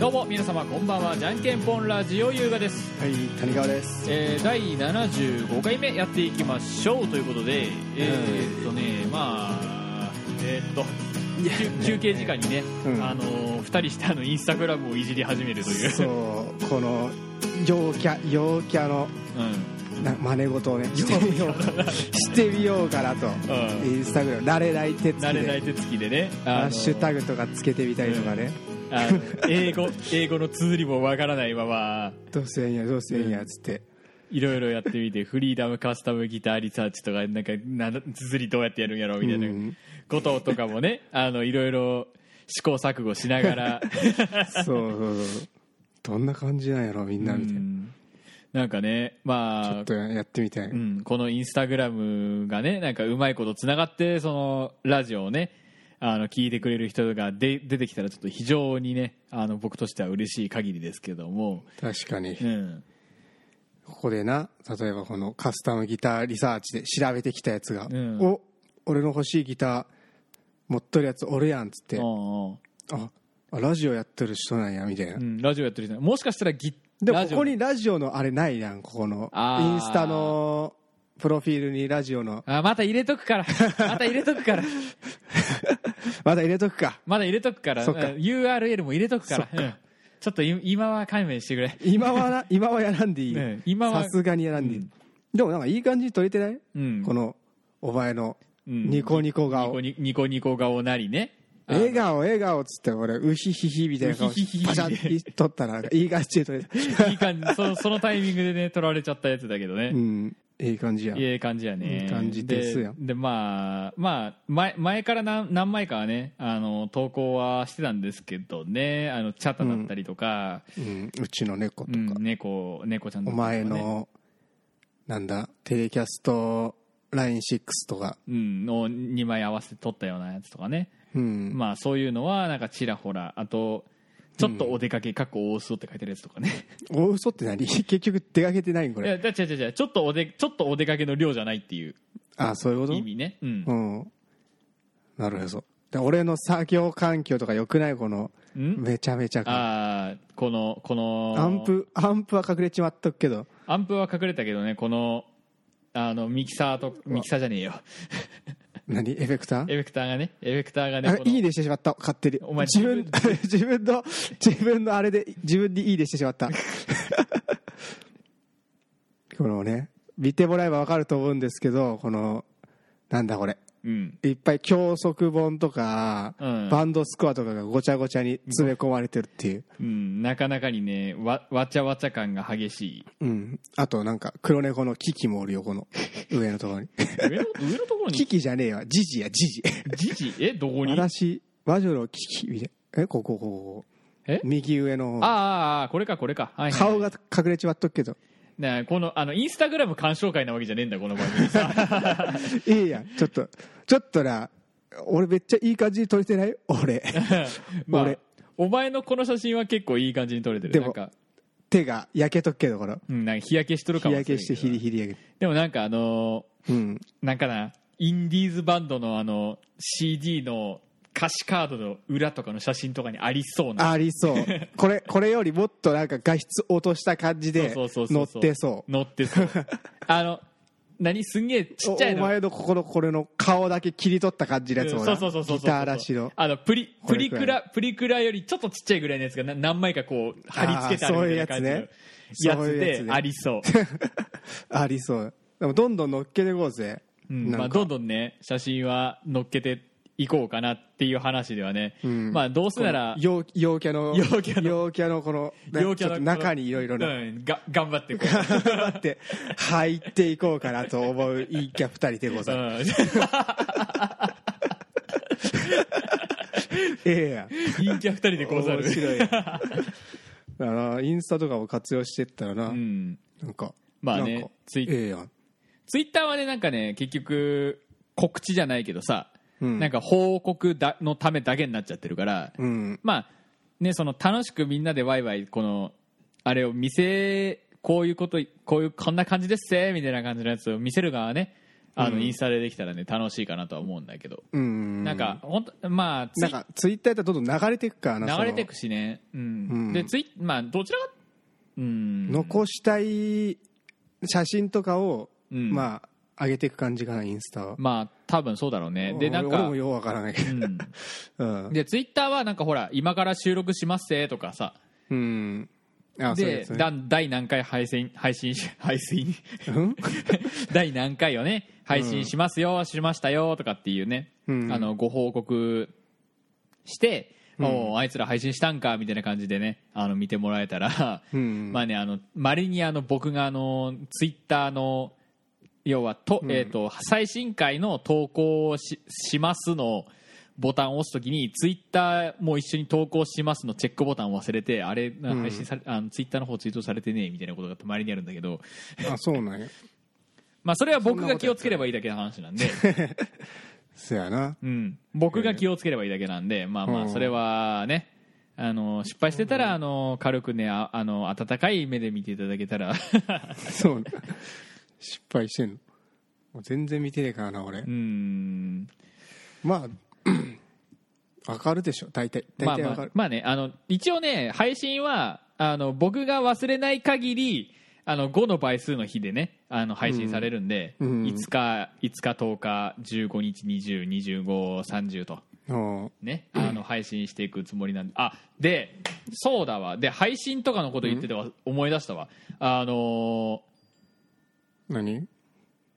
どうも皆様こんばんはじゃんけんぽんラジオ優雅です、はい、谷 川です。えー第75回目やっていきましょうということでえー、っとねまあえーっといや休休憩時間にね、うんあのー、2人してあのインスタグラムをいじり始めるという、そうう、この陽キャ、陽キャのんな真似事をね、してみようか、してみようかなと。うん、インスタグラム、慣れない手つき慣れないで、手つきでねあのーハッシュタグとかつけてみたりとかね。あの英語英語の綴りもわからないままどうせんや、どうせんやつって。いろいろやってみてフリーダムカスタムギターリサーチとかなんかな綴りどうやってやるんやろみたいなうんこととかもねあのいろいろ試行錯誤しながらそうそうそう。どんな感じなんやろみんなみたいな。なんかねちょまっあとやってみたい。うん、このインスタグラムがねなんかうまいことつながってそのラジオをねあの聞いてくれる人がで出てきたらちょっと非常にねあの僕としては嬉しい限りですけども、確かにう。ん、ここでな、例えばこのカスタムギターリサーチで調べてきたやつが、うんお俺の欲しいギター持っとるやつおるやんっつって、うんうんああラジオやってる人なんやみたいな、うん、ラジオやってる人もしかしたらギでもラジこオこにラジオのあれないやんここのあーインスタのプロフィールにラジオのあまた入れとく からまた入れとくからまだ入れとくかまだ入れとくからそっかうん URL も入れとくからうんちょっとい今は勘弁してくれ今はな今はやらんでいい、ね今はさすがにやらんでいい、うんでもなんかいい感じに撮れてない、うんこのお前のうんニコニコニ顔、コニニコニコ顔なりねあ笑顔笑顔っつって俺ウヒヒヒみたいな顔ウヒヒヒパシャンって撮ったらなんかいい感じで撮れたいい感じ そそのタイミングでね取られちゃったやつだけどね、うんいい感じやいい感じやねいい感じですよででまあまあ前前から何何枚かはねあの投稿はしてたんですけどねあのチャタだったりとか、うん、うちの猫とうか、ん猫猫ちゃんだおったり前とかねの、なんだテレキャストライン6とか、うん、の2枚合わせて撮ったようなやつとかね、うんまあそういうのはなんかちらほらあとちょっとお出かけかっこ大嘘って書いてるやつとかね、大嘘って 何結局出かけてないんこいれやだ違う違う違うちょっとおでちょっとお出かけの量じゃないっていうあそういうこと意味ねうんうんなるへそで俺の作業環境とかよくないこのんめちゃめちゃああこのこのアンプアンプは隠れちまっとくけどアンプは隠れたけどねこのあのミキサーとミキサーじゃねえよ何エフェクターエフェクターがねエフェクターがねあこのいいでしてしまった勝手にお前自分 自分の自分のあれで自分にいいでしてしまった このね見てもらえば分かると思うんですけどこのなんだこれうんいっぱい教則本とか、うんバンドスコアとかがごちゃごちゃに詰め込まれてるっていう、うん、なかなかにねわわちゃわちゃ感が激しいうん、あとなんか黒猫のキキもおるよこの上のと ころに上の上のところキにキじゃねえわジジやジジじじえどこに私魔女のキキみたいなえここここここえ右上の方ああああこれかこれか、はいはい顔が隠れちまっとくけどねこのあのインスタグラム鑑賞会なわけじゃねえんだこの番 組さいいやんちょっとちょっとな俺めっちゃいい感じに撮れてない 俺まあ俺お前のこの写真は結構いい感じに撮れてるでもなんか,、手が焼けとくけどこのうん、なんか日焼けしとるか日も焼けしてヒリヒリ焼でもなんかあのけうんーなんかなインディーズバンドのあの CD の歌詞カードの裏とかの写真とかにありそうなありそうこれこれよりもっとなんか画質落とした感じでそうそうそうそ乗うってそう載ってそうあの何すんげえちっちゃいおのお前のここのこれの顔だけ切り取った感じのやつうもんなそうそうそうそうそうギターらしのあのプリこプれリくクらいのラプリクラよりちょっとちっちゃいぐらいのやつがな何枚かこう貼り付けてあるみたいな感じのあーやつそういうやつねそういうやつでねありそうありそうでもどんどん乗っけていこうぜ、うん まなんかあ、どんどんね写真は載っけていこうかなっていう話ではね、んまあどうせなら陽陽キャの陽キャの陽キャのこのね陽キャちょのっと中にいろいろなうん、が頑張ってこう頑張って入っていこうかなと思う陰キャ二人でござういまん すええやん陰キャ二人でこうざる面 白いあのインスタとかも活用してったらな、うん、なんかまあねなんかツイええやんツイッターはねなんかね結局告知じゃないけどさ、うんなんか報告だのためだけになっちゃってるから、うんまあねその楽しくみんなでワイワイこのあれを見せこういうことこういうこんな感じですぜみたいな感じのやつを見せる側はねあの、インスタでできたらね楽しいかなとは思うんだけど、うんななんか、ほんとまあツイなんかツイッターやったらどんどん流れていくからな流れていくそしね、うんうんでツイまあどちらかうんの残したい写真とかを、うんまあ上げていく感じかなインスタは、まあ多分そうだろうねでなん俺かもようわからないけどうん、でツイッターはなんかほら今から収録しますぜとかさうん、あそういうやでつねだ第何回配信配信し配信うん 第何回をね配信しますよ、しましたよとかっていうね、うんあのご報告して、うんおうあいつら配信したんかみたいな感じでねあの見てもらえたら、うんまあねあのまれにあの僕があのツイッターの要はと、えっ、と最新回の投稿をししますのボタンを押すときにツイッターも一緒に投稿しますのチェックボタンを忘れてあれん配信され、あのツイッターの方ツイートされてねえみたいなことがまれにあるんだけど、あそうなんやまあ、それはそん僕なこがとやって気をつければいいだけの話 なんで、そやなうん、僕が気をつければいいだけなんでまあまうあんそれはねあの失敗してたらあの軽くねああの温かい目で見ていただけた らそうな失敗してんのもう全然見てねえからな俺、うんまあ わかるでしょ大体ま大あ体まわかある、まあねあの一応ね配信はあの僕が忘れない限りあの5の倍数の日でねあの配信されるんで、うんうん5日5日10日15日202530とうんねあの配信していくつもりなんであでそうだわで配信とかのこと言っててわ思い出したわあの何ー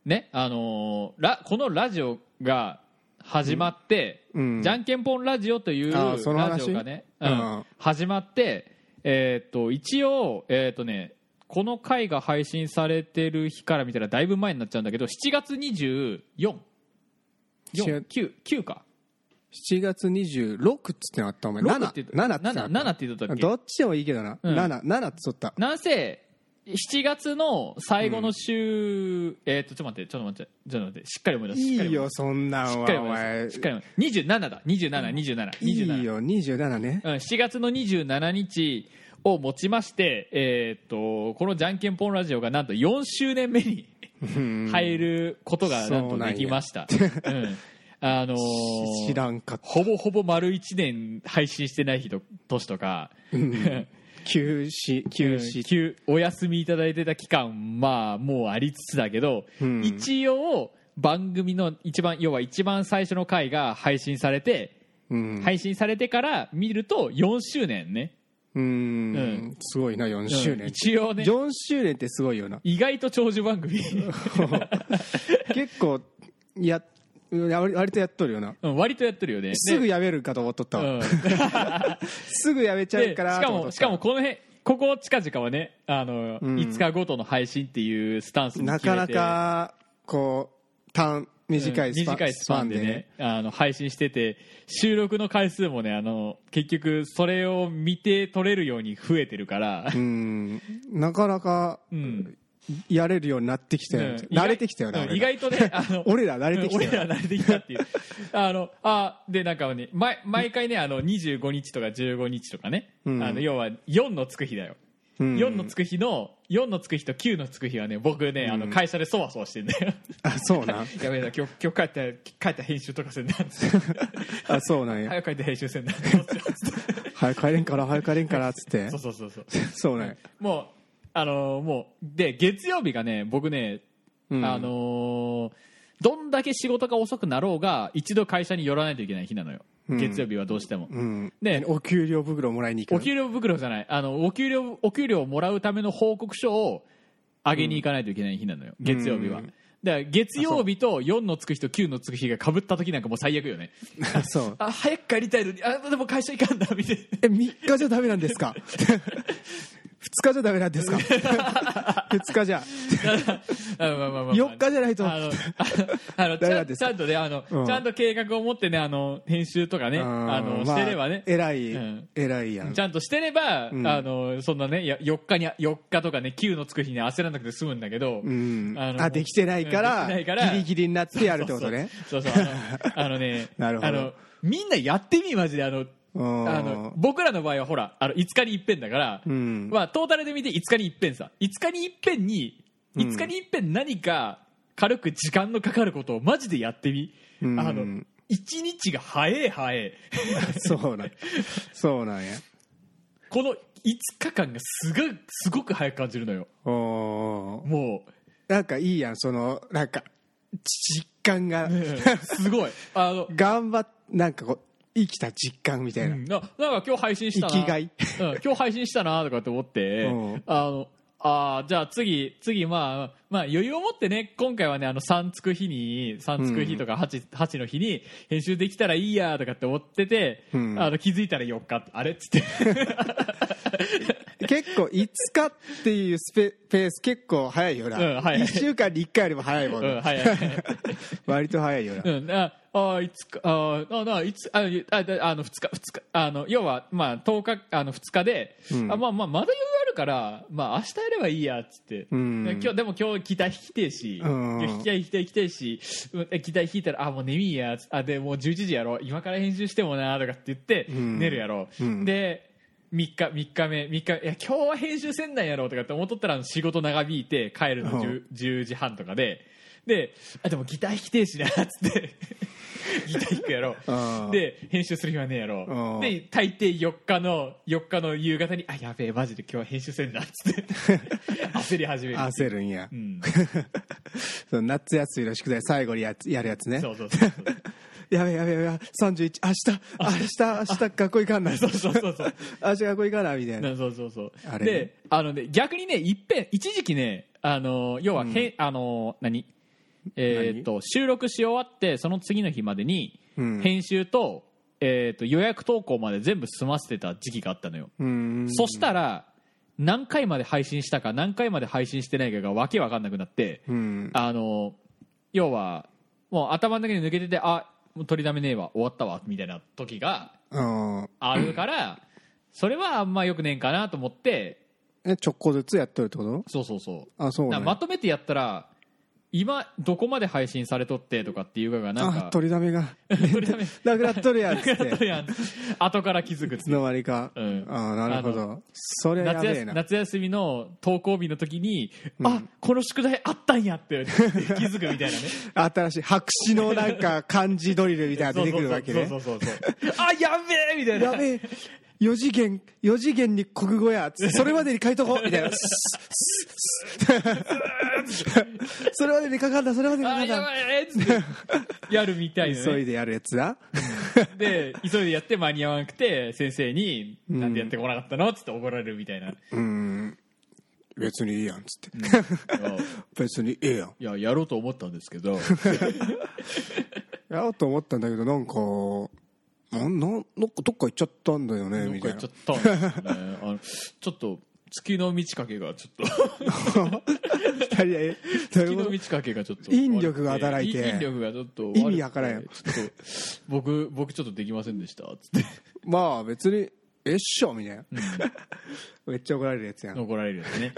ねあのーラこのラジオが始まって、うんじゃんけんぽんラジオというあーそのラ話ジオがね、ううんん、始まって、えーっと一応、えーっとね、この回が配信されてる日から見たらだいぶ前になっちゃうんだけど7月24 4 9 9か7月26っつってなかったお前6っ7て言った7っつってなかった7って言っとったっけどっちでもいいけどな、うん七七7っつったなんせ7月の最後の週、えーっとちょっと待ってちょっと待ってちょっと待ってしっかり思い出すいしっかりい思い出すよそんなしんっかりはお思い前出すしっかり思い出す27だ272727いいよ27ねうん、7月の27日をもちまして、えーっとこのじゃんけんぽんラジオがなんと4周年目にうん入ることがなんそうとなんやできました、うんあのー知らん かったほぼほぼ丸1年配信してない日と年とか、休止休うん止休お休みいただいてた期間まあもうありつつだけど、うん一応番組の一番要は一番最初の回が配信されてうん配信されてから見ると4周年ね、ううんんすごいな4周うん年一応ね4周年ってすごいよな意外と長寿番 組、結構やや割とやっとるよなうん、割とやってるよねすぐややめるかと思っとったわうん、すぐやめちゃうでしからかもしかもこの辺ここ近々はねあの、うん5日ごとの配信っていうスタンスにな決かめてなかこう短短いスパ,、短いスパンでねあの配信してて収録の回数もねあの結局それを見て取れるように増えてるからう、んなかなかうんやれるようになってきたよ、うん 慣れてきたよなうん俺意ら外とねあの 俺ら慣れてきたよ俺ら慣れてきたっていうあのあでなんかね毎毎回ねあの25日とか15日とかね、うんあの要は4のつく日だよ、うん4のつく日の4のつく日と9のつく日はね僕ね、あの会社でそわそわしてんだよ あそうなやべえな今日今日帰ったら帰った編集とかせんな あそうなんや早く帰って編集せんなどうしようっつって早く帰れんから早く帰れんからっつって そうそうそうそうそうなんやもうあのーもうで月曜日がね僕ね、うんあのーどんだけ仕事が遅くなろうが一度会社に寄らないといけない日なのよ、うん月曜日はどうしても、うんねお給料袋もらいに行くお給料袋じゃないあのお給料お給料をもらうための報告書を上げに行かないといけない日なのよ、月曜日は、うんだから月曜日と4のつく日と9のつく日がかぶった時なんかもう最悪よねあ そうあ早く帰りたいのにあでも会社行かんだみたいなえ3日じゃダメなんですか2 日じゃダメなんで すか2日じゃあまあまあまあまあ4日じゃ ないとあの、ああのち誰なゃんんですちゃんとね、あの、うんちゃんと計画を持ってね、あの、編集とかね、あの、してればね、まあ偉い、うん偉いやんちゃんとしてれば、んあの、そんなね、や4日に、4日とかね、9のつく日に焦らなくて済むんだけど、うんあのあできてないから,、うんできてないからギリギリになってやるってことねそうそう、そうそうあのあの 、ねなるほどあの、みんなやってみ、マジで、あの、うんあの僕らの場合はほらあの5日に一遍だから、うんまあ、トータルで見て5日に一遍さ5日に一遍に5日に一遍何か軽く時間のかかることをマジでやってみ、うんあの一日が早え早えそうなんそうなんやこの5日間がすごいすごく早く感じるのよおーもなんかいいやんそのなんか実感が、う、 すごいあの、頑張っなんかこう生きた実感みたういな、んななんか今日配信した生なきがいうん、今日配信したなとかって思って、うんあのあーじゃあ次次まあまあ余裕を持ってね今回はねあの3つく日に3つく日とか 8,、八の日に編集できたらいいやとかって思ってて、うんあの気づいたら4日あれっつって結構5日っていうスペペース結構早いよな、うん早い1週間に1回よりも早いもん、うねん早い 割と早いよな、うん、ああいつかああないつああああの2日二日あの要はまあ10日あの2日で、うんあまあまあまだ余裕あるからまあ明日やればいいやっつって、うんで今日でも今日ギター弾きてえし、うん弾きたい弾きたい弾きたいしうんえギター弾いたらあもう眠いやっつあでもう11時やろ今から編集してもなとかって言って、ん寝るやろ、うんで3日3日目三日いや今日は編集せんなんやろうとかって思っとったら仕事長引いて帰るの 10,、10時半とかでであでもギター弾きてえしなっつって ギター弾くやろうんで編集する日はねえやうろんで大抵4日の4日の夕方にあやべえマジで今日は編集せんなっつって 焦り始める焦るんや、うん、その夏休みの宿題最後にやつやるやつねそうそうそうそうやべやべやべ31明日明日明日学校行かんな そうそうそうそう明日学校行かないみたいななそうそうそうあれねであのね逆にねいっぺん一時期ねあの要はへ、あの何えーっと収録し終わってその次の日までに、うん編集と,、えーっと予約投稿まで全部済ませてた時期があったのよ、うんそしたら何回まで配信したか何回まで配信してないかがわけわかんなくなって、うんあの要はもう頭の中に抜けててあもう取りだめねえわ終わったわみたいな時がうんあるからそれはあんまよくねえんかなと思ってえちょこずつやっとるってことそうそうそうあそうななんかやまとめてやったら今どこまで配信されとってとかっていうかがなんあか取りだめが 取りだめ なくなっとるやんっつなっくなっとてるやん後から気づくっいつってつの間にか、うんあなるほあど それや夏べえやな夏休みの登校日の時に、あこの宿題あったんやって気づくみ たいなね新しい白紙のなんか漢字ドリルみたいなの出てくるわけねそうそうそう そうあやべえみたいなやべえ4次元4次元に国語やつってそれまでに書いとこうみた いなそれまでに書かんだそれまでに書あかやんだばいっつってやるみたいな、急ね、いでやるやつだで急いでやって間に合わなくて先生に「なんでやってこなかったの?」っつって怒られるみたいな「うん 別にいいやんっつって、別にいいやん いややろうと思ったんですけどやろうと思ったんだけどなんかなんなんなんかどっか行っちゃったんだよねなん みかやたっいなちゃったんですよね あのちょっと月の満ち欠けがちょっと二人でどう月いうこのと満ち欠けがちょっと引力が働いて引力がちょっと意味わからんやんちょっと僕僕ちょっとできませんでしたつって まあ別にええっしょみたいな、めっちゃ怒られるやつやん怒られるんですね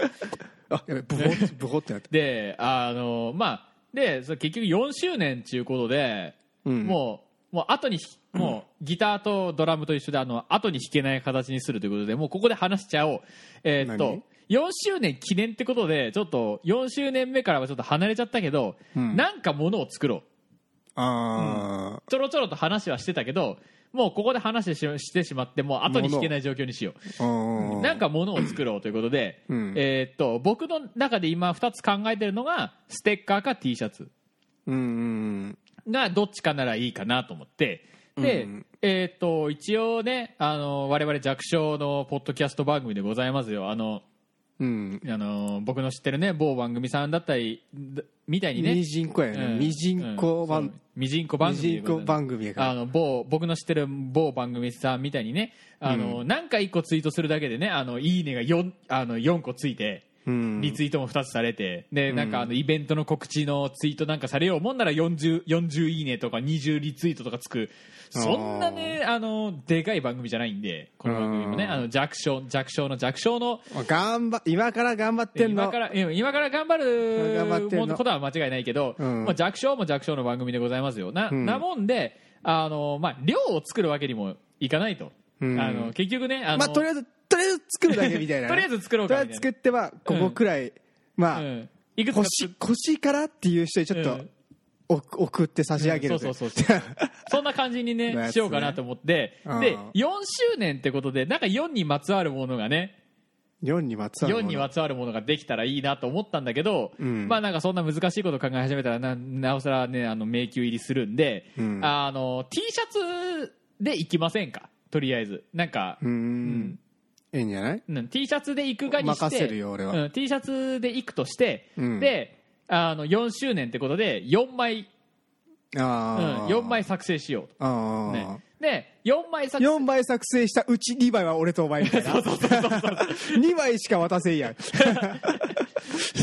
あやべブホブホってなったであのまあでそれ結局4周年っていうことで、うんもうもう後にひもうギターとドラムと一緒であの後に弾けない形にするということでもうここで話しちゃおうえーっと何4周年記念ってことでちょっと4周年目からはちょっと離れちゃったけど、んなんかものを作ろうああ、ちょろちょろと話はしてたけどもうここで話してししてしまってもう後に弾けない状況にしよううんなんかものを作ろうということで、うんえーっと僕の中で今2つ考えてるのがステッカーか T シャツうんうんがどっちかならいいかなと思ってで、うんえーっと一応ねあの我々弱小のポッドキャスト番組でございますよあのうんあの僕の知ってるね某番組さんだったりだみたいにねミジンコやうねんミジンコう番んそうミジンコ番ミ組ジンコ番組やからあの某僕の知ってる某番組さんみたいにねあの、なんか1個ツイートするだけでね「あのいいね」が 4, あの4個ついて。うんリツイートも2つされて、でなんかあのイベントの告知のツイートなんかされようもんなら 40, 40いいねとか20リツイートとかつくそんなねあのでかい番組じゃないんでこの番組もねうんあの弱小弱小の弱小の頑張今から頑張ってんの今からうん今から頑張る頑張ってんのものことは間違いないけど、うんまあ、弱小も弱小の番組でございますよな,、んなもんであの、まあ、量を作るわけにもいかないと、んあの結局ねあの、まあとりあえずとりあえず作るだけみたい なねとりあえず作ろうかとりあえず作ってはここくらいうまあん、いくつか腰腰からっていう人にちょっうとんお送って差し上げるといそうそうそうそう そんな感じにねのやつねしようかなと思ってうんで4周年ってことでなんか4にまつわるものがね4にまつわるも4のにまつわるものができたらいいなと思ったんだけど、うんまあなんかそんな難しいこと考え始めたらななおさらねあの迷宮入りするんで、うんあの T シャツで行きませんかとりあえずなんか、うーんいいんじゃないうん T シャツで行くがにして任せるよ俺はうん T シャツで行くとして、うんであの4周年ってことで4枚、うん、ああ4枚作成しようと、ああね、で4枚作成4枚作成したうち2枚は俺とお前みたいな2枚しか渡せんやん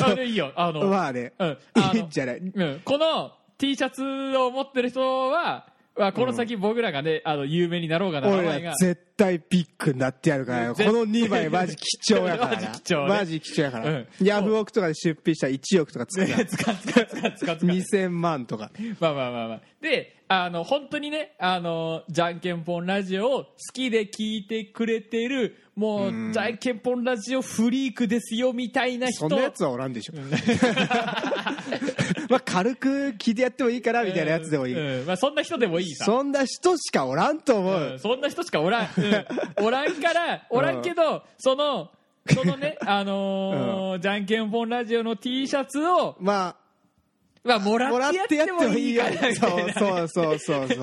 あいいよあの、まあねうんあいいのんじゃないうん、この T シャツを持ってる人は、まあ、この先僕らがね、あの有名になろうがならない俺がら絶対ビッグになってやるからようんこ絶の2枚マジ貴重やからマジ貴重ねマジ貴重やから、うんヤフオクとかで出品したら1億とかつくからつかつかつかつかつか2000万とか まあまあまあまあであの本当にねあのじゃんけんぽんラジオを好きで聞いてくれてるもうじゃんけんぽんラジオフリークですよみたいな人そんなやつはおらんでしょまあ軽く聞いてやってもいいからみたいなやつでもいい、うんまあ、そんな人でもいいさ そんな人しかおらんと思う、うんそんな人しかおらん、う んおらんからおらんけど、そのそのねあのーじゃんけんぽんラジオの T シャツを、まあまあ、もらもらっっててややっっててももいいいいかよらみたいなそうそうそうそうそう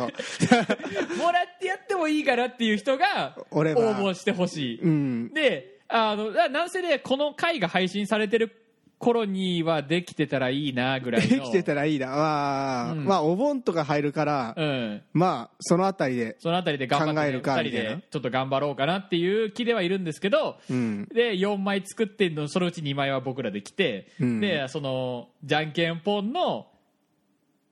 もらってやってもいいからっていう人が応俺は募してほしい、うんであのななんせねこの回が配信されてる頃にはできてたらいいなぐら いでのきてたらいいなまあ、うんまあお盆とか入るから、うんまあそのあたりでそのあたりで頑張って、考えるか2み人たいなでちょっと頑張ろうかなっていう気ではいるんですけど、うんで4枚作ってんのそのうち2枚は僕らで来て、うんでそのじゃんけんぽんの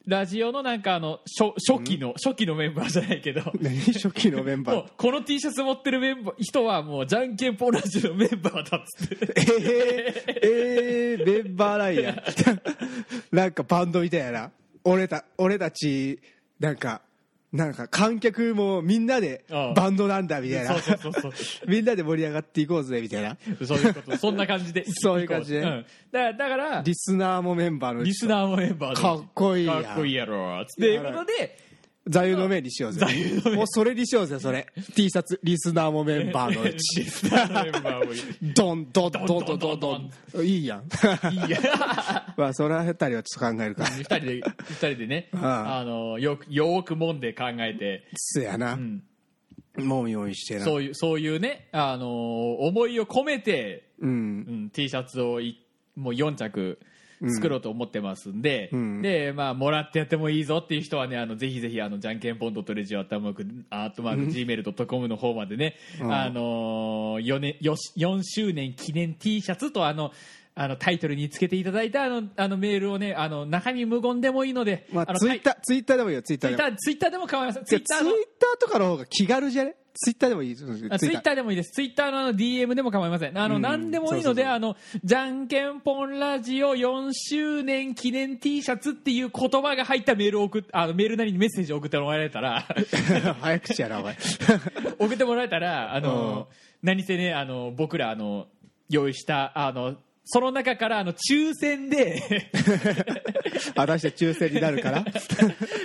ラジオのなんかあの初初期の、初期のメンバーじゃないけど何初期のメンバもーうこの T シャツ持ってるメンバー人はもうじゃんけんぽんラジオのメンバーだっつってえー、えー、メンバーラインや なんかバンドみたいやな俺た俺たちなんかなんか観客もみんなでああバンドなんだみたいなそうそうそう みんなで盛り上がっていこうぜみたいなそういうことそんな感じで そういう感じねん、だからだからリスナーもメンバーのうちリスナーもメンバーでかっこいいやんかっこいいやろつっていうことで座右の銘にしようぜ座右の銘もうそれにしようぜ それ T シャツリスナーもメンバーのうリちスナーのメンバーもいいドンドンドンドンドドンンドドンンいいやん いいやまあそのあたりはちょっと考えるか 二人で二人でねあああのよくよーくもんで考えて、せやな、うんもう用意してなそういうそういうね、あのー思いを込めて、うんうん、T シャツをいもう4着作ろうと思ってますんで、うんでまあもらってやってもいいぞっていう人はねあのぜひぜひあのじゃんけんぽんとレジオアットマークアットマーク Gmail.com の方までね、うんあのー、4, 年よし4周年記念 T シャツとあのあのタイトルにつけていただいたあのあのメールをねあの中身無言でもいいので、まああのツイッターツイッターでもいいよツイッタツーイでッもターツイッターでも構いませんツツイイッッタターーのとかの方が気軽じゃねツイッターでもいいツイあツイッターでもいいです。ツイッターのあの DM でも構いません。あの、うん何でもいいのそうそうで、そうあの、じゃんけんぽんラジオ4周年記念 T シャツっていう言葉が入ったメールを送っ、あの、メールなりにメッセージを送ってもらえたら、 早口やなお前送ってもらえたら、あの、何せね、あの、僕ら、あの、用意した、あの、その中から、あの、抽選で、 果たして抽選になるから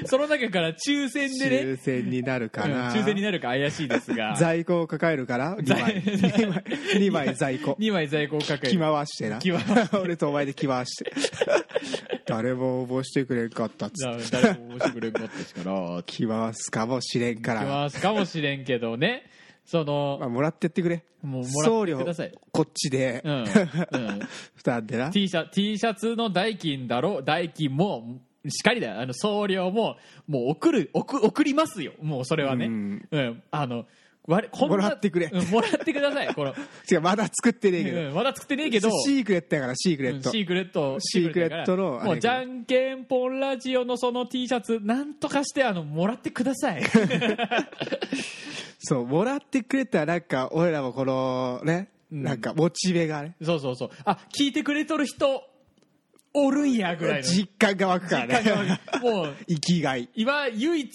その中から抽選でね、う抽ん選になるかな、抽選になるか怪しいですが、在庫を抱えるから2枚2枚二枚在庫2枚在庫をかけ気回してな気回し俺とお前で気回して 誰も応募してくれんかったっつってだ誰も応募してくれんかったですから、気回すかもしれんかいきら、ますかもしれんけどねそのまあ、もらってってくれもうも送らっ料てくださいこっちで、うん、うん、負担でな T シャ T シャツの代金だろ代金もしっかりだよあの送料ももう送る送送りますよもうそれはねううんん、あのわれこんなもらってくれうんもらってくださいこ の、違うまだ作ってねえけど、うん、まだ作ってねえけどシークレットやからシークレうッんト、シークレットシークレッシークレットだトのからあれもうじゃんけんぽんラジオのその T シャツなんとかしてあのもらってくだ さいそうもらってくれたらなんか俺らもこのね、なんかモチベがねそうそうそうあ聞いてくれとる人おるんやぐらいの実感が湧くからねもう 生きがい今唯一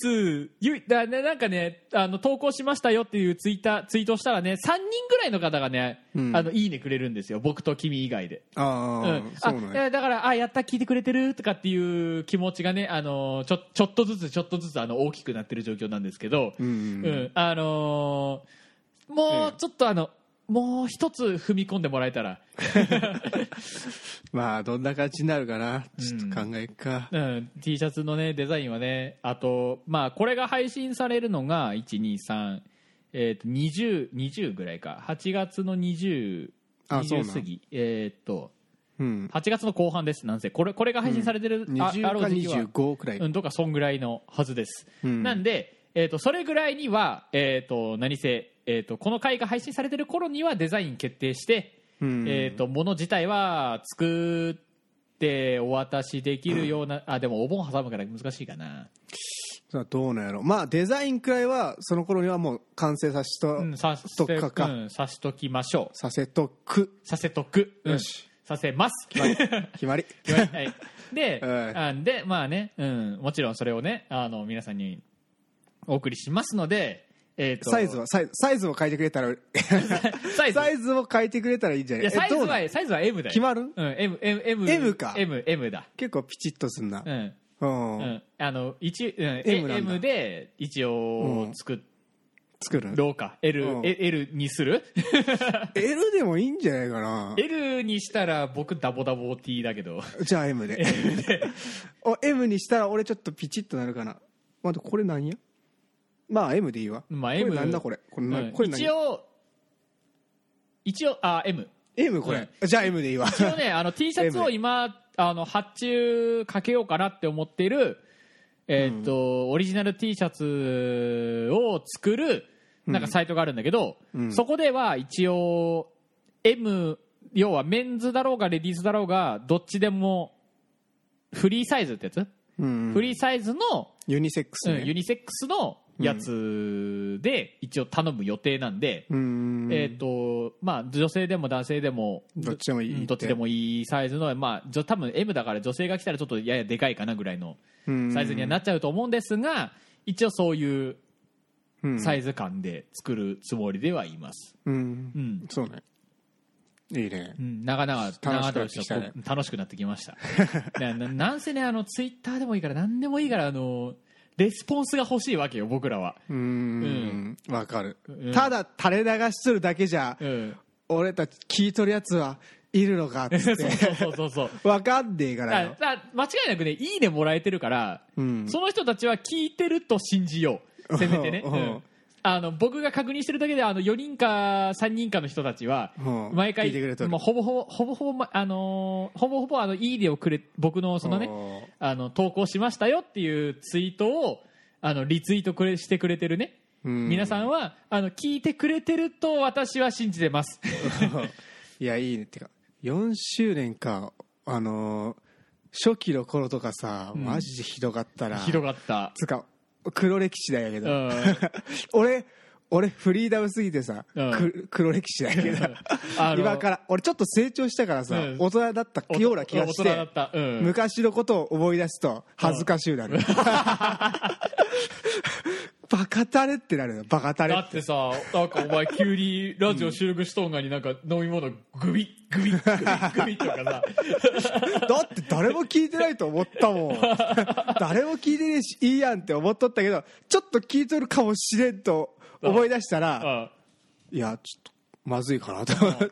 唯だななんかねあの投稿しましたよっていうツイッターツイートしたらね3人ぐらいの方がね、うんあのいいねくれるんですよ僕と君以外で。あうあ、ん、そあうなんいややだからあやった聞いてくれてるとかっていう気持ちがねあのちょちょっとずつちょっとずつあの大きくなってる状況なんですけど、うんうんあのーもうちょっとあの、もう一つ踏み込んでもらえたら、まあどんな感じになるかなちょっと考えっか、うん、T シャツのねデザインはねあとまあこれが配信されるのが123えっ、と2020ぐらいか8月の20あそうなん20過ぎえっ、とうん8月の後半ですなんせこれこれが配信されてる、あ20あろかう時期は25くらい、うん、とかそんぐらいのはずです、うんなんで、えー、とそれぐらいには、えー、と何せ、えー、とこの回が配信されてる頃にはデザイン決定して、うんえー、と物自体は作ってお渡しできるような、あでもお盆挟むから難しいかな、さあどうなんやろまあデザインくらいはその頃にはもう完成させと、うん、させとかかうん、さしときましょうさせとくさせとく、うんよしさせます決まり言われはい、で、うんあでまあね、うん、もちろんそれをねあの皆さんにお送りしますので、えー、と サイズはサイズサイズを変えてくれたらサイズサイズを変えてくれたらいいんじゃないいやサイズえどうなんはサイズは M だよ決まるうん M M M M か M M だ結構ピチッとすんなうんうん、うんあの一うんえ M なんだ M で一応うん作作るろうか L うんえ L にする L でもいいんじゃないかな L にしたら僕ダボダボ T だけどじゃ あ M でお M にしたら俺ちょっとピチッとなるかなまだこれ何やまあ M でいいわ、まあこ M れなんだこれこれ,、うんこれ何一応一応あ M M これ、じゃあ M でい いわ一応 ねあの T シャツを M 今あの発注かけようかなって思っているえーっと、オリジナル T シャツを作るなんかサイトがあるんだけど、うんそこでは一応 M 要はメンズだろうがレディースだろうがどっちでもフリーサイズってやつ、うんフリーサイズの、ユニセックスうんね、ユニセックスのやつで一応頼む予定なんで、うんえーっとまあ、女性でも男性でもどっちでもいいっうんてどっちでもいいサイズの、まあ、じょ多分 M だから女性が来たらちょっとややでかいかなぐらいのうんサイズにはなっちゃうと思うんですが、一応そういうサイズ感で作るつもりではいます、うん、うんそうねいいねうん、長々楽しくなってきたね長々と楽しくなってきました なななんせねあのツイッターでもいいから何でもいいからあのレスポンスが欲しいわけよ僕らは、うーんわかる、うんただ垂れ流しするだけじゃ、 うん、俺たち聞いとるやつはいるのかっつそう っそうてそうそうそうわかんねえからだよだ間違いなくね「いいね」もらえてるから、うんその人たちは聞いてると信じようせめてね、うんうんあの僕が確認してるだけであの4人か3人かの人たちはうん毎聞いてくれ回とるもうほぼほぼほぼほぼ、まあのーほぼほぼあの「いいね」をくれ僕のそのねおーあの投稿しましたよっていうツイートをあのリツイートくれしてくれてるねうん皆さんはあの聞いてくれてると私は信じてます いやいいねってか4周年かあのー初期の頃とかさ、マジでひどかったな ひどかった、つうか黒歴史だやけう ど、ん、俺俺フリーダムすぎてさ、うんく黒歴史だけどあの今から俺ちょっと成長したからさ、うん大人だったような気がし大人だてった、うん、昔のことを思い出すと恥ずかしゅうなる、 バカタレってなるのバカタレだってさなんかお前急にラジオ収録しとんがになんか飲み物グビッグビッグビッグビッと かさだって誰も聞いてないと思ったもん誰も聞いてねえしいいやんって思っとったけどちょっと聞いとるかもしれんと思い出したらあいやちょっとまずいかなと思って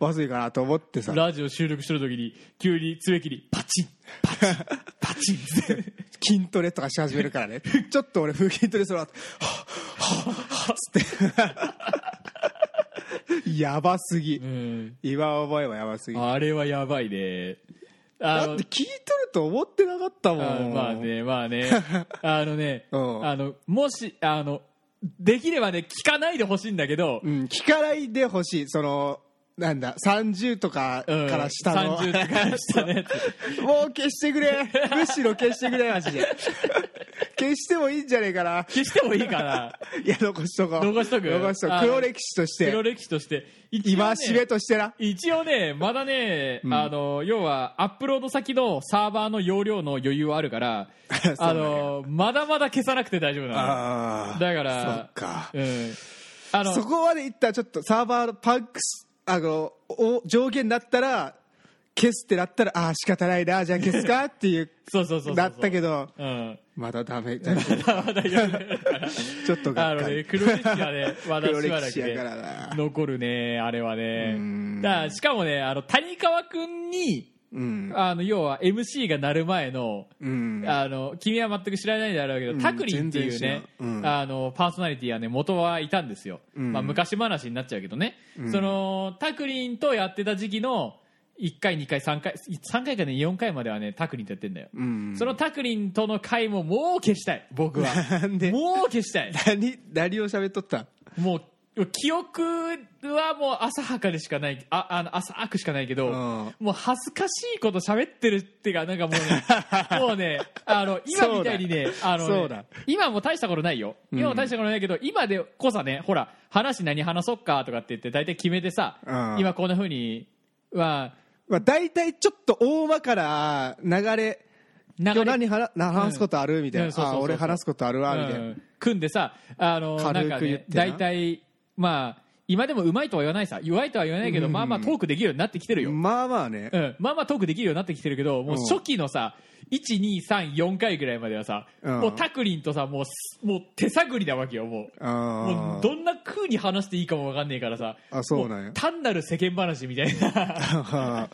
まずいかなと思ってさラジオ収録してる時に急に爪切りパチンパチンパチンって筋トレとかし始めるからねちょっと俺風筋トレするわはっはっはっつってやばすぎうん今思えばやばすぎだあれはやばいねあのって聞いとると思ってなかったもあんまあねまあね あのねうんあのもしあのできればね聞かないでほしいんだけど、うん、聞かないでほしいそのなんだ30とかかうんら下の、 30とから下のや つもう消してくれむしろ消してくれマジで 消してもいいんじゃねえかな消してもいいかないや残しとこう残しとく残しとあくの黒歴史として黒歴史として一応ね今しめとしてな一応ねまだね、あの要はアップロード先のサーバーの容量の余裕はあるから そうなんやあのまだまだ消さなくて大丈夫なあのーだからそっかうんあのそこまでいったらちょっとサーバーのパンクスあのお上限だったら消すってなったらああ仕方ないなじゃあ消すかっていうそうそうそうそうなったけどうんまだダメだちまだやるょっとあがっのかねり黒歴史は ねまだ黒しばら歴く史やからねな残るねあれはねんだからしかもねあの谷川君にうんあの要は MC が鳴る前のうんあの君は全く知らないであろうけど、うんタクリンっていう全然ね知、らんうんあのパーソナリティはね元はいたんですよ、うんまあ、昔話になっちゃうけどね、そのタクリンとやってた時期の1回2回3回3回かね4回まではねタクリンとやってんだよ、うんそのタクリンとの回ももう消したい僕はなん でもう消したい何何を喋っとったもう記憶はもう浅はかでしかないああの浅はくしかないけど、うんもう恥ずかしいこと喋ってるっていうかなんかもう ねもうねあの今みたいにねあのねそうだ今も大したことないよ今も大したことないけど、今でこそねほら話何話そっかとかって言って大体決めてさ、うん今こんなふうにはまあ大体ちょっと大まから流れ流れ今日何話話すことあるみたいうんなそうそうそうあそう俺話すことあるわみたいなうん組んでさあの軽くなんか言っねてな大体まあ今でもうまいとは言わないさ弱いとは言わないけど、まあまあトークできるようになってきてるよ、まあまあねうん、まあまあトークできるようになってきてるけどもううん初期のさ、1234回ぐらいまではさ、うんもうタクリンとさもうすもう手探りなわけよもう。もうあーどんな空に話していいかもわかんねえからさあそうなんやも単なる世間話みたい な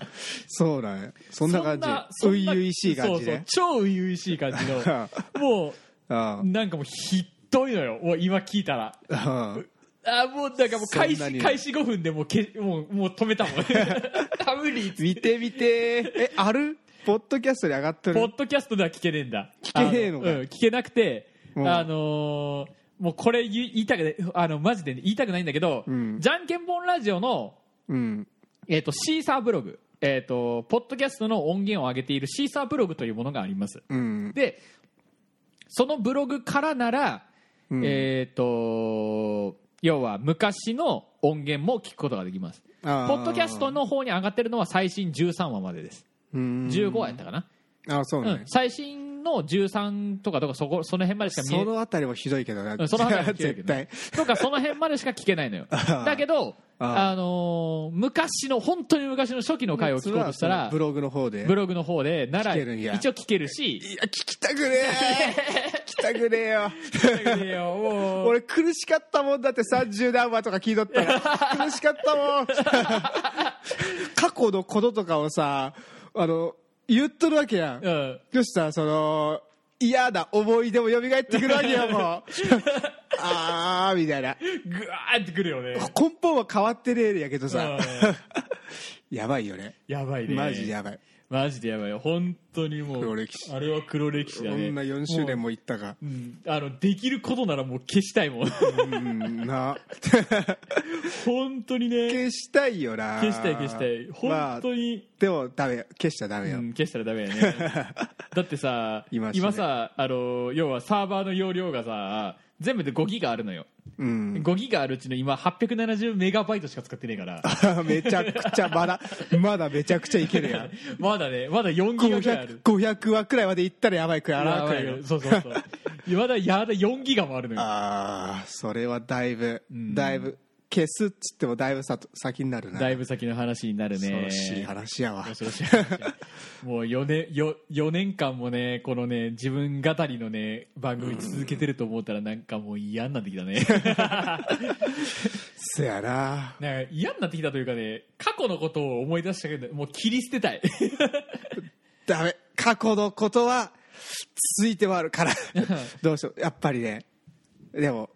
そうなんやそんな感じそん初な々しいそ感じうそうね超初々しい感じ のもあうなんかもうひっどいのよもう今聞いたらああもうだからもう開そ始んなに開始5分でもうけもうもう止めたもん タブリーっつって見て見てえあるポッドキャストに上がってポるッドキャストでは聞けねえんだ聞けねえのかあうん、聞けなくて、うんあのーもうこれ言い言いたくないあのマジで言いたくないんだけど、うんじゃんけんぽんラジオの、うんえー、とシーサーブログ、えー、とポッドキャストの音源を上げているシーサーブログというものがありますうんでそのブログからなら、うんえっ、と要は昔の音源も聞くことができますポポッドキャストの方に上がってるのは最新13話までです15話やったかな、あそううなんんや、最新の13とかとかそこその辺までしか見そえのあたりもひどいけどうなんその辺りもひどいけ絶ど対とかその辺までしか聞けないのよ ああだけどあああのー昔の本当に昔の初期の回を聞こうとしたそれはそらのブログの方でブログの方でなら聞けるんや一応聞けるし いや聞きたくね え聞きたくねえよいやもう俺苦しかったもんだって30何話とか聞いとったら苦しかったもん過去のこととかをさあの言っとるわけやん、うんよしさその嫌な思い出も蘇ってくるわけよもう あーみたいなぐわーってくるよね根本は変わってねえやけどさうんやばいよねやばいねマジやばい、マジでやばいよ本当にもう黒歴史あれは黒歴史だこねんな4周年もも行ったかう、うんあのできることならもう消したいもん うんな本当にね消したいよな消したい消したいまあ本当に、でもダメ消しちゃダメよ、うん、消したらダメや ねだってさ今今,、はしねさあの要はサーバーの容量がさ全部で5ギガあるのよ、うん 5ギガあるうちの今870メガバイトしか使ってねえからめちゃくちゃまだまだめちゃくちゃいけるやんまだねまだ4ギガぐらいあ 500, る500話くらいまでいったらやばいくらいあらやんばくいらいよのそうそうそうまだやだ4ギガもあるのよああそれはだいぶだいぶ消すっつってもだいぶさ先になるなだいぶ先の話になる恐ねろしい話やわ恐ろしい話もう4年よ4年間もねこのね自分語りのね番組続けてると思ったらなんかもう嫌になってきたねそやななんか嫌になってきたというかね過去のことを思い出したけどもう切り捨てたい ダメ過去のことはついて回るから どうしようやっぱりねでも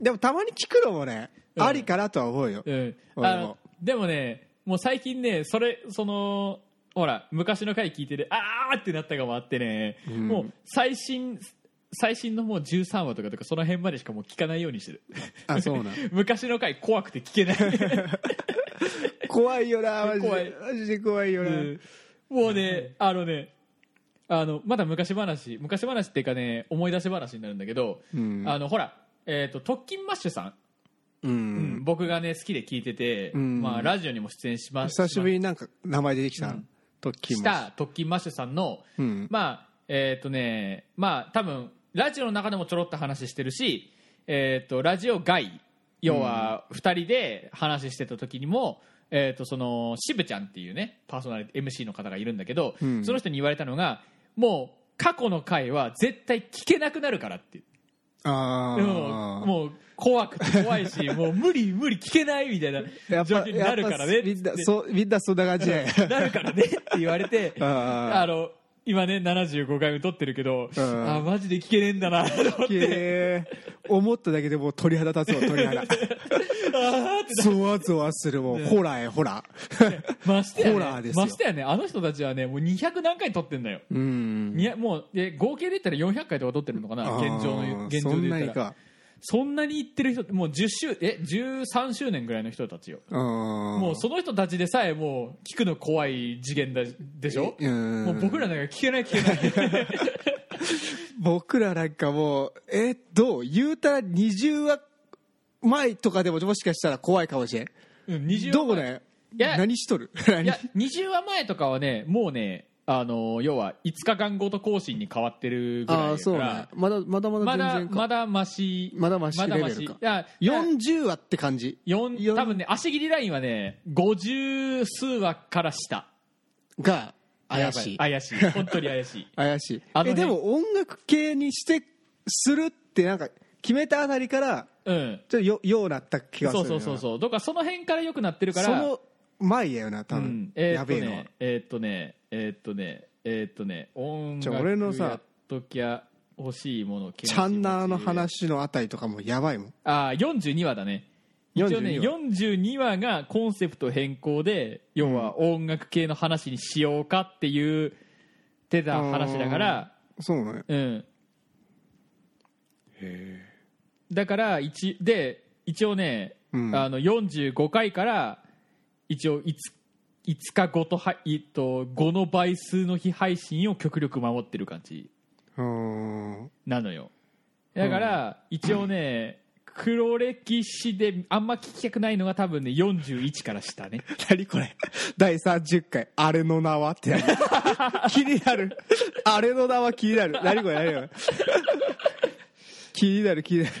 でもたまに聞くのもね、うんありかなとは思うよ、うん俺あものでもねもう最近ねそれそのほら昔の回聞いててあーってなったかもあってね、うんもう最新最新のもう13話とかとかその辺までし かもう聞かないようにしてるあそうなん 昔の回怖くて聞けない怖いよなマジで怖いマジで怖いよな、うんもうね、あのね、あの、まだ昔話、昔話っていうかね、思い出し話になるんだけど、うんあの、ほら、えっ、と、特勤マッシュさん、うんうん僕がね、好きで聞いてて、んまあ、ラジオにも出演しま久しぶりになんか名前出てきた、うんと聞しきまた特勤マッシュさんの、うんまあえっ、とねまあ多分ラジオの中でもちょろっと話してるし、えー、とラジオ外要は2人で話してた時にも、えー、とその渋ちゃんっていうねパーソナリティ MC の方がいるんだけど、うんその人に言われたのがもう過去の回は絶対聞けなくなるからっていうすあであももう怖くて怖いしもう無理無理聞けないみたいなやっ状ぱ況になるからねやっぱみんなってそうみんなそんな感 じやなるからねって言われてあああの今ね75回目撮ってるけどうんああマジで聞けねえんだなと思っきてれい思っただけでもう鳥肌立つわ鳥 肌ああってゾワゾワするもうホラーやホラ ーましてホラやーねですよましてやねあの人たちはねもう200何回撮ってんだようんにもうで合計で言ったら400回とか撮ってるのかなあー現状の現状でそんな言にったらかそんなに言ってる人ってもう10周え13周年ぐらいの人たちよももうその人たちでさえもう聞くの怖い次元だでしょうんもう僕らなんか聞けない聞けない僕らなんかもうえどう言うたら20話前とかでももしかしたら怖いかもしれんうん20どうねいや何しとる 何いや20話前とかはねもうねあの要は5日間ごと更新に変わってるぐらいあだあかそうらねまだまだままだだ全然かまだマシまだマシレベルかいや四40話って感じ四多分ね足切りラインはね50数話から下が怪しいやば怪しい本当に怪しい怪しいあのえ辺でも音楽系にしてするってなんか決めたあたりからうんちょっとよようなった気がすそうるそうそううそうだからその辺から良くなってるからその前やよな多う分、んえーやっとべえのはねえーっとねえーっとねえーっとね音じゃあ俺の楽さやっときゃ欲しいものチャンナーの気持ちいい話のあたりとかもやばいもんあー42話だね一応ね42話 42, 話がコンセプト変更で要は音楽系の話にしようかっていうてた話だからそうねうんだから一で一応ね、うんあの45回から一応 5, 5日後とはいと5の倍数の日配信を極力守ってる感じうんなのよだから一応ね、黒歴史であんま聞きたくないのが多分ね41から下ね何これ第30回「あれの名は?」 って何気になるあれの名は気になる何これ何これ気になる気になる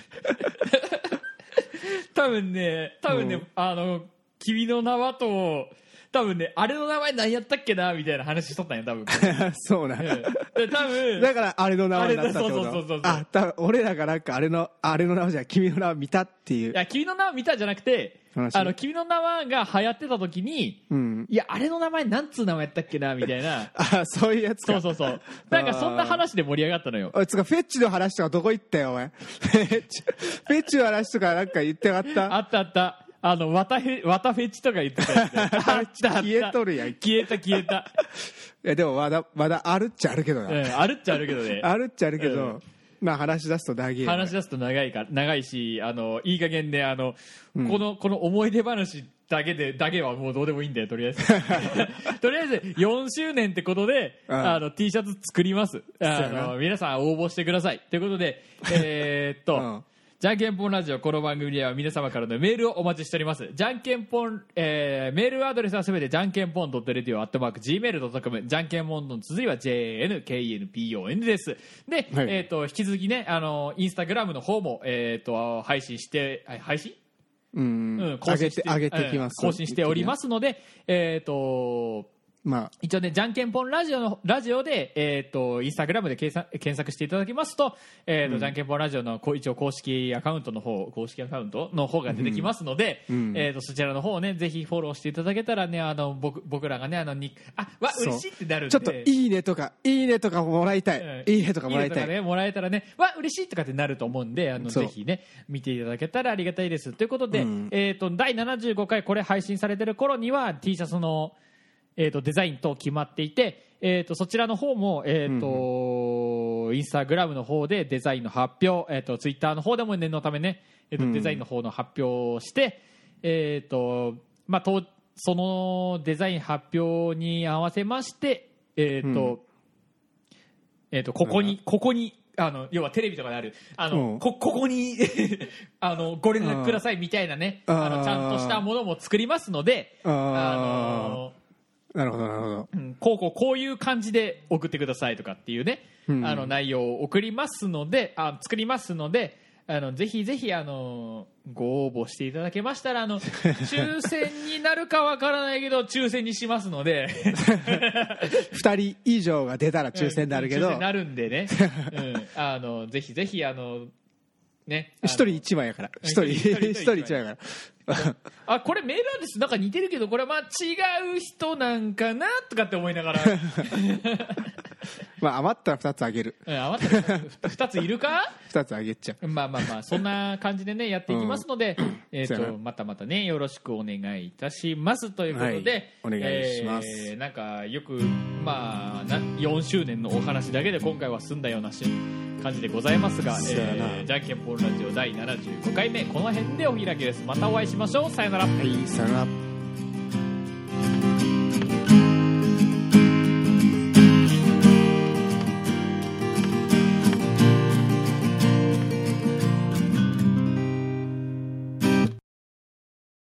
多分ね多分ね、うんあの「君の名は」と多分ねあれの名前何やったっけなみたいな話しとったんや多分、 そうなうんん、 で多分だからあれの名前になったっあてこれだそうそうそうそとうあ多分俺らがなんかあれのあれの名前じゃない君の名は見たっていいうや君の名は見たじゃなくて「話あの君の名は」が流行ってた時にうんいやあれの名前なんつう名前やったっけなみたい なあそういうやつかそうそうそうなんかそんな話で盛り上がったのよおいつうかフェッチの話とかどこ行ったよお前フェッチフェッチの話とかなんか言ってなかったあったあった。あの、わたへ、わたフェチとか言ってたやつだよ あったあった。消えとるやん消えた消えた。いやでもまだまだあるっちゃあるけどうな、ん、あるっちゃあるけどね。あるっちゃあるけど、うんまあ話し出すとだげえよね話し出すと長いか、長いし、あの、いい加減で、あの、この、この思い出話だけで、だけはもうどうでもいいんだよ、とりあえ ず。 とりあえず、4周年ってことで、うんあの、T シャツ作ります。あそうやなの、皆さん応募してください。ということで、えーっと、 うんじゃんけんぽんラジオこの番組では皆様からのメールをお待ちしておりますじゃんけんぽん、えー、メールアドレスはすべてじゃんけんぽん .radio.gmail.com じゃんけんぽんの綴りは JNKNPON ですで、はいえっ、と引き続きねあのインスタグラムの方もえっ、と配信してあ配信うん、うん上げて上げてきます、うん更新しておりますのでえっ、とま一応ね、じゃんけんぽんラジオの、ラジオで、えっ、と、インスタグラムで検索検索していただきますと、えっ、と、じゃんけんぽんラジオの、こう一応公式アカウントの方、公式アカウントの方が出てきますので、うんえっ、と、そちらの方をね、ぜひフォローしていただけたらね、あの、僕、僕らがね、あの、に、あ、わ、そう嬉しいってなるんあで。ちょっと「いいね」とか「いいね」とかもらいたい、うんいいね」とかもらいたいいいねとかね、もらえたらね、わ、嬉しいとかってなると思うんで、あの、そうぜひね、見ていただけたらありがたいです。ということで、うんえっ、と、第75回これ配信されてる頃には、T シャツの、えー、とデザインと決まっていて、えー、とそちらの方も、えーとインスタグラムの方でデザインの発表、えー、とツイッターの方でも念のためね、えーとデザインの方の発表をして、えーとまあ、当そのデザイン発表に合わせまして、えーとうんえー、とここにここにあの要はテレビとかであるあの、うんこここに あのご連絡くださいみたいなねあーあのちゃんとしたものも作りますのであーあのなるほどなるほどうんこうこうこういう感じで送ってくださいとかっていうね、うんあの内容を送りますのであ作りますのであのぜひぜひあのご応募していただけましたらあの抽選になるかわからないけど抽選にしますので2人以上が出たら抽選になるけど、抽選になるんで ね、うん、あのぜひぜひあのねあ一の人一枚やから一人一人一人一枚やからあこれメールアドレスなんか似てるけどこれはまあ違う人なんかなとかって思いなが ら、まあ余ったら2つあげるうん、余った2ついるか2つあげちゃうまあまあまあそんな感じでねやっていきますので、えっそうやとなまたまたねよろしくお願いいたしますということで、はいお願いしますえーなんかよくまあな4周年のお話だけで今回は済んだようなし感じでございますが、そうやなえー、じゃんけんぽんラジオ第75回目この辺でお開きですまたお会いしましょうさよならはいさよなら